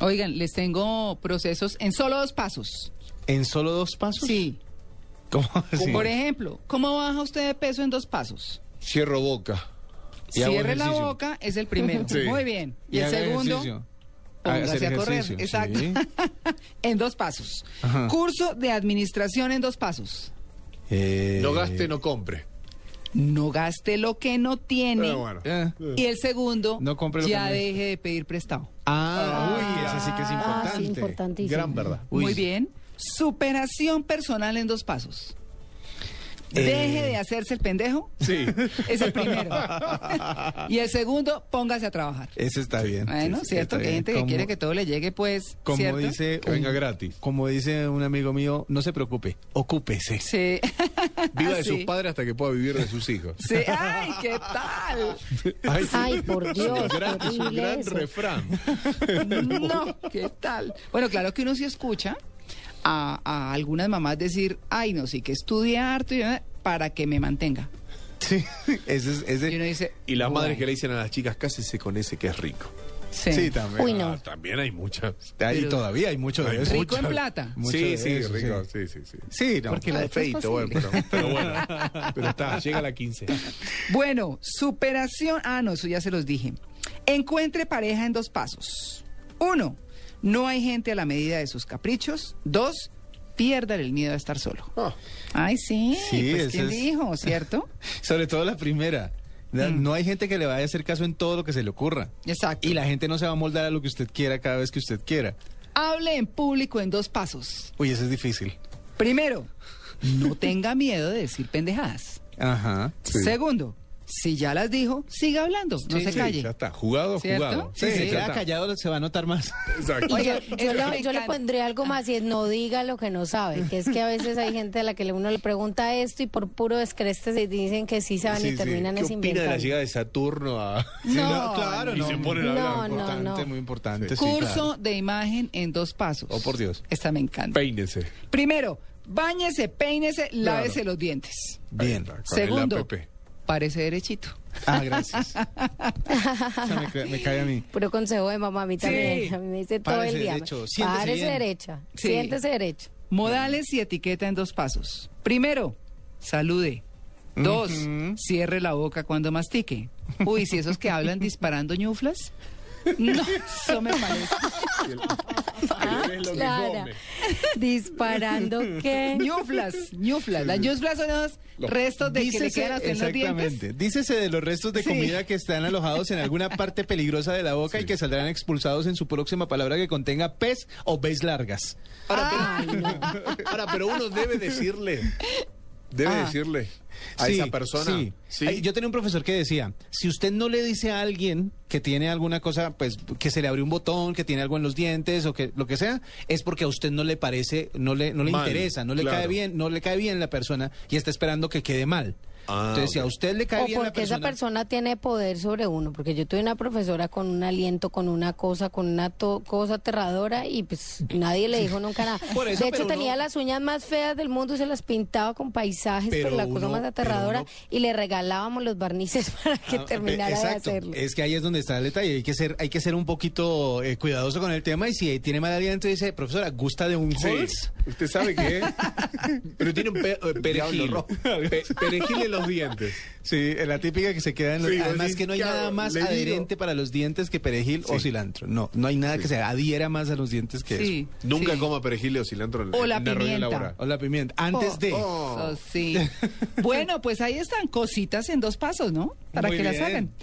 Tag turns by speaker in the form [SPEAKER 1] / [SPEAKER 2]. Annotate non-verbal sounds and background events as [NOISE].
[SPEAKER 1] Oigan, les tengo procesos en solo dos pasos.
[SPEAKER 2] ¿En solo dos pasos?
[SPEAKER 1] Sí.
[SPEAKER 2] [LAUGHS] ¿Cómo así?
[SPEAKER 1] Por ejemplo, ¿cómo baja usted de peso en dos pasos?
[SPEAKER 3] Cierro boca.
[SPEAKER 2] Y hago
[SPEAKER 1] Cierre la
[SPEAKER 2] ejercicio.
[SPEAKER 1] boca, es el primero.
[SPEAKER 2] [LAUGHS]
[SPEAKER 3] Sí.
[SPEAKER 1] Muy bien. Y, el
[SPEAKER 2] haga
[SPEAKER 1] segundo,
[SPEAKER 2] ejercicio.
[SPEAKER 1] póngase
[SPEAKER 2] Hacer
[SPEAKER 1] a correr.
[SPEAKER 2] ejercicio,
[SPEAKER 1] Exacto. [LAUGHS]
[SPEAKER 2] sí.
[SPEAKER 1] en dos pasos.
[SPEAKER 2] Ajá.
[SPEAKER 1] Curso de administración en dos pasos.
[SPEAKER 2] [LAUGHS] Eh,
[SPEAKER 3] No gaste, no compre.
[SPEAKER 1] No gaste lo que no tiene.
[SPEAKER 3] Pero bueno.
[SPEAKER 2] eh.
[SPEAKER 1] Y el segundo,
[SPEAKER 2] No compre lo
[SPEAKER 1] ya
[SPEAKER 2] que no es.
[SPEAKER 1] deje de pedir prestado.
[SPEAKER 2] Ah, uy, esa sí que es
[SPEAKER 4] Ah,
[SPEAKER 2] importante.
[SPEAKER 4] sí, importantísimo.
[SPEAKER 3] Gran verdad.
[SPEAKER 2] Uy.
[SPEAKER 1] Muy bien. Superación personal en dos pasos.
[SPEAKER 2] Eh.
[SPEAKER 1] Deje de hacerse el pendejo.
[SPEAKER 3] Sí.
[SPEAKER 1] [LAUGHS] Es el primero. [LAUGHS] y el segundo, póngase a trabajar.
[SPEAKER 2] Ese está bien.
[SPEAKER 1] Bueno,
[SPEAKER 2] Sí, sí,
[SPEAKER 1] cierto
[SPEAKER 2] está
[SPEAKER 1] que hay
[SPEAKER 2] bien.
[SPEAKER 1] gente
[SPEAKER 2] Como-
[SPEAKER 1] que quiere que todo le llegue, pues,
[SPEAKER 2] como
[SPEAKER 1] ¿cierto?
[SPEAKER 2] dice
[SPEAKER 3] Que venga gratis.
[SPEAKER 2] Como dice un amigo mío, no se preocupe, ocúpese. [LAUGHS]
[SPEAKER 1] Sí.
[SPEAKER 4] Ah,
[SPEAKER 1] Ah,
[SPEAKER 3] Viva de
[SPEAKER 1] Sí.
[SPEAKER 3] sus padres hasta que pueda vivir de sus hijos.
[SPEAKER 1] Sí. ¡Ay, qué tal!
[SPEAKER 3] Ay,
[SPEAKER 4] Ay, por Dios,
[SPEAKER 3] Es un gran, es un
[SPEAKER 4] horrible
[SPEAKER 3] gran
[SPEAKER 4] eso.
[SPEAKER 3] refrán.
[SPEAKER 1] No, ¿qué tal? Bueno, claro que uno sí escucha a, a algunas mamás decir, ay, no, sí que estudia harto y- para que me mantenga.
[SPEAKER 2] Sí, [LAUGHS] ese es ese.
[SPEAKER 1] Y uno dice...
[SPEAKER 3] Y las madres que
[SPEAKER 1] "Bueno,
[SPEAKER 3] le dicen a las chicas, cásese con ese que es rico.
[SPEAKER 1] sí.
[SPEAKER 2] Sí, también.
[SPEAKER 4] Uy, no.
[SPEAKER 3] Ah, también hay muchas.
[SPEAKER 2] Ahí
[SPEAKER 1] Pero-
[SPEAKER 2] todavía hay mucho de
[SPEAKER 3] Hay
[SPEAKER 2] eso.
[SPEAKER 1] Rico en
[SPEAKER 3] muchas-
[SPEAKER 1] plata.
[SPEAKER 2] Mucho de
[SPEAKER 3] sí, sí,
[SPEAKER 2] eso,
[SPEAKER 3] rico. Sí, sí, sí.
[SPEAKER 2] Sí, no.
[SPEAKER 1] Porque- Claro, Ah, esto es
[SPEAKER 3] Feito, bueno, pero,
[SPEAKER 1] posible.
[SPEAKER 3] pero bueno. Pero está, llega a la 15.
[SPEAKER 1] Bueno, superación. Ah, no, eso ya se los dije. Encuentre pareja en dos pasos. Uno, no hay gente a la medida de sus caprichos. Dos, pierda el miedo a estar solo.
[SPEAKER 3] Ah,
[SPEAKER 1] Ay, sí.
[SPEAKER 2] Sí,
[SPEAKER 1] pues
[SPEAKER 2] ese
[SPEAKER 1] quién
[SPEAKER 2] es- [LAUGHS]
[SPEAKER 1] dijo, ¿cierto?
[SPEAKER 2] [LAUGHS] Sobre todo la primera. Na-
[SPEAKER 1] Mm.
[SPEAKER 2] No hay gente que le vaya a hacer caso en todo lo que se le ocurra.
[SPEAKER 1] Exacto.
[SPEAKER 2] Y la gente no se va a moldar a lo que usted quiera cada vez que usted quiera.
[SPEAKER 1] Hable en público en dos pasos.
[SPEAKER 2] Uy, eso es difícil.
[SPEAKER 1] Primero, no tenga miedo de decir pendejadas.
[SPEAKER 2] Ajá.
[SPEAKER 3] Sí.
[SPEAKER 1] Segundo, si ya las dijo, siga hablando, no
[SPEAKER 3] sí,
[SPEAKER 1] se
[SPEAKER 3] sí,
[SPEAKER 1] calle.
[SPEAKER 3] Ya está, jugado,
[SPEAKER 1] ¿Cierto?
[SPEAKER 3] jugado.
[SPEAKER 2] Sí, si se
[SPEAKER 3] ya
[SPEAKER 2] queda
[SPEAKER 3] está.
[SPEAKER 2] callado se va a notar más.
[SPEAKER 4] Y
[SPEAKER 3] Exacto.
[SPEAKER 4] yo,
[SPEAKER 1] Oiga,
[SPEAKER 4] yo
[SPEAKER 1] eso
[SPEAKER 4] le-
[SPEAKER 1] me
[SPEAKER 4] yo le
[SPEAKER 1] encanta.
[SPEAKER 4] pondré algo más y es no diga lo que no sabe, que es que a veces hay gente a la que le- uno le pregunta esto y por puro descreste se dicen que sí saben
[SPEAKER 2] Sí,
[SPEAKER 4] y
[SPEAKER 2] sí.
[SPEAKER 4] terminan
[SPEAKER 3] ¿Qué
[SPEAKER 4] es
[SPEAKER 3] opina de la
[SPEAKER 4] inventando.
[SPEAKER 3] llegada de Saturno a.?
[SPEAKER 2] [LAUGHS]
[SPEAKER 3] [LAUGHS]
[SPEAKER 2] Sí,
[SPEAKER 1] No,
[SPEAKER 2] claro,
[SPEAKER 3] Y
[SPEAKER 2] no.
[SPEAKER 3] se ponen a
[SPEAKER 4] No,
[SPEAKER 3] hablar.
[SPEAKER 4] no,
[SPEAKER 2] importante,
[SPEAKER 4] no.
[SPEAKER 2] muy importante. sí,
[SPEAKER 1] Curso
[SPEAKER 2] claro.
[SPEAKER 1] de imagen en dos pasos.
[SPEAKER 2] Oh, por Dios.
[SPEAKER 1] Esta me encanta.
[SPEAKER 3] Peínense.
[SPEAKER 1] Primero, bañese, peínese, lávese los dientes.
[SPEAKER 2] Bien.
[SPEAKER 3] Ahí está, con el
[SPEAKER 1] Segundo,
[SPEAKER 3] APP.
[SPEAKER 1] parece derechito.
[SPEAKER 2] Ah, gracias.
[SPEAKER 1] [LAUGHS]
[SPEAKER 2] O sea, me, ca- me cae a mí.
[SPEAKER 4] Puro consejo de mamá, a mí también. A mí me dice todo
[SPEAKER 2] Párese
[SPEAKER 4] el día.
[SPEAKER 2] derecho, siéntese
[SPEAKER 4] Párese
[SPEAKER 2] bien.
[SPEAKER 4] derecha,
[SPEAKER 1] Sí.
[SPEAKER 4] siéntese derecho.
[SPEAKER 1] Modales y etiqueta en dos pasos. Primero, salude. Dos,
[SPEAKER 2] Ujú.
[SPEAKER 1] cierre la boca cuando mastique. Uy, si esos que hablan disparando ñuflas. No, eso me parece.
[SPEAKER 3] Es lo que
[SPEAKER 4] Clara,
[SPEAKER 3] come.
[SPEAKER 2] [LAUGHS]
[SPEAKER 4] disparando qué.
[SPEAKER 1] ñuflas, ñuflas. Las ñuflas son los restos de que le quedan a usted en los
[SPEAKER 2] exactamente.
[SPEAKER 1] dientes.
[SPEAKER 2] Dícese de los restos de
[SPEAKER 1] Sí.
[SPEAKER 2] comida que están alojados en alguna parte peligrosa de la boca y que saldrán expulsados en su próxima palabra que contenga pez o pez largas.
[SPEAKER 1] Ah,
[SPEAKER 3] Ahora, pero, ahora, pero uno debe decirle. Debe
[SPEAKER 1] Ah.
[SPEAKER 3] decirle a
[SPEAKER 2] Sí,
[SPEAKER 3] esa persona.
[SPEAKER 2] Sí. Ay, Yo tenía un profesor que decía, si usted no le dice a alguien que tiene alguna cosa, pues que se le abrió un botón, que tiene algo en los dientes o que lo que sea, es porque a usted no le parece, no le, no le
[SPEAKER 3] Mal,
[SPEAKER 2] interesa, no le
[SPEAKER 3] claro.
[SPEAKER 2] cae bien, no le cae bien la persona y está esperando que quede mal.
[SPEAKER 3] Ah,
[SPEAKER 2] Entonces, si a
[SPEAKER 3] ok.
[SPEAKER 2] usted le cae
[SPEAKER 4] O
[SPEAKER 2] bien la
[SPEAKER 4] porque esa persona tiene poder sobre uno, porque yo tuve una profesora con un aliento, con una cosa, con una to- cosa aterradora y pues nadie le dijo nunca nada.
[SPEAKER 2] [LAUGHS] Por eso,
[SPEAKER 4] de hecho
[SPEAKER 2] pero
[SPEAKER 4] tenía
[SPEAKER 2] uno-
[SPEAKER 4] las uñas más feas del mundo, se las pintaba con paisajes,
[SPEAKER 2] Pero
[SPEAKER 4] pero, la cosa
[SPEAKER 2] uno-
[SPEAKER 4] más
[SPEAKER 2] pero
[SPEAKER 4] aterradora
[SPEAKER 2] uno-
[SPEAKER 4] y le regalábamos los barnices [LAUGHS] para que
[SPEAKER 2] Ah,
[SPEAKER 4] terminara
[SPEAKER 2] exacto.
[SPEAKER 4] de hacerlo.
[SPEAKER 2] Es que ahí es donde está el detalle. Hay que ser, hay que ser un poquito eh, cuidadoso con el tema. Y si tiene mal aliento, dice, profesora, ¿gusta de un Halls?"
[SPEAKER 3] Sí. Usted sabe que. [LAUGHS] Pero tiene un pe- eh, perejil.
[SPEAKER 2] Diablo
[SPEAKER 3] Pe- perejil en los dientes.
[SPEAKER 2] Sí, es la típica que se queda en los...
[SPEAKER 3] Sí,
[SPEAKER 2] Además
[SPEAKER 3] sí,
[SPEAKER 2] que no hay
[SPEAKER 3] claro,
[SPEAKER 2] nada más
[SPEAKER 3] le digo.
[SPEAKER 2] adherente para los dientes que perejil o cilantro. No, no hay nada que se adhiera más a los dientes que
[SPEAKER 1] Sí.
[SPEAKER 3] Nunca
[SPEAKER 1] sí.
[SPEAKER 3] coma perejil o cilantro en,
[SPEAKER 1] O
[SPEAKER 3] en
[SPEAKER 1] la
[SPEAKER 3] una reunión
[SPEAKER 1] pimienta.
[SPEAKER 3] laboral.
[SPEAKER 2] eso. O la pimienta. Antes
[SPEAKER 1] Oh,
[SPEAKER 2] de...
[SPEAKER 3] oh.
[SPEAKER 2] [LAUGHS]
[SPEAKER 1] Eso sí. Bueno, pues ahí están cositas en dos pasos, ¿no? Para
[SPEAKER 2] Muy
[SPEAKER 1] que las
[SPEAKER 2] bien.
[SPEAKER 1] hagan.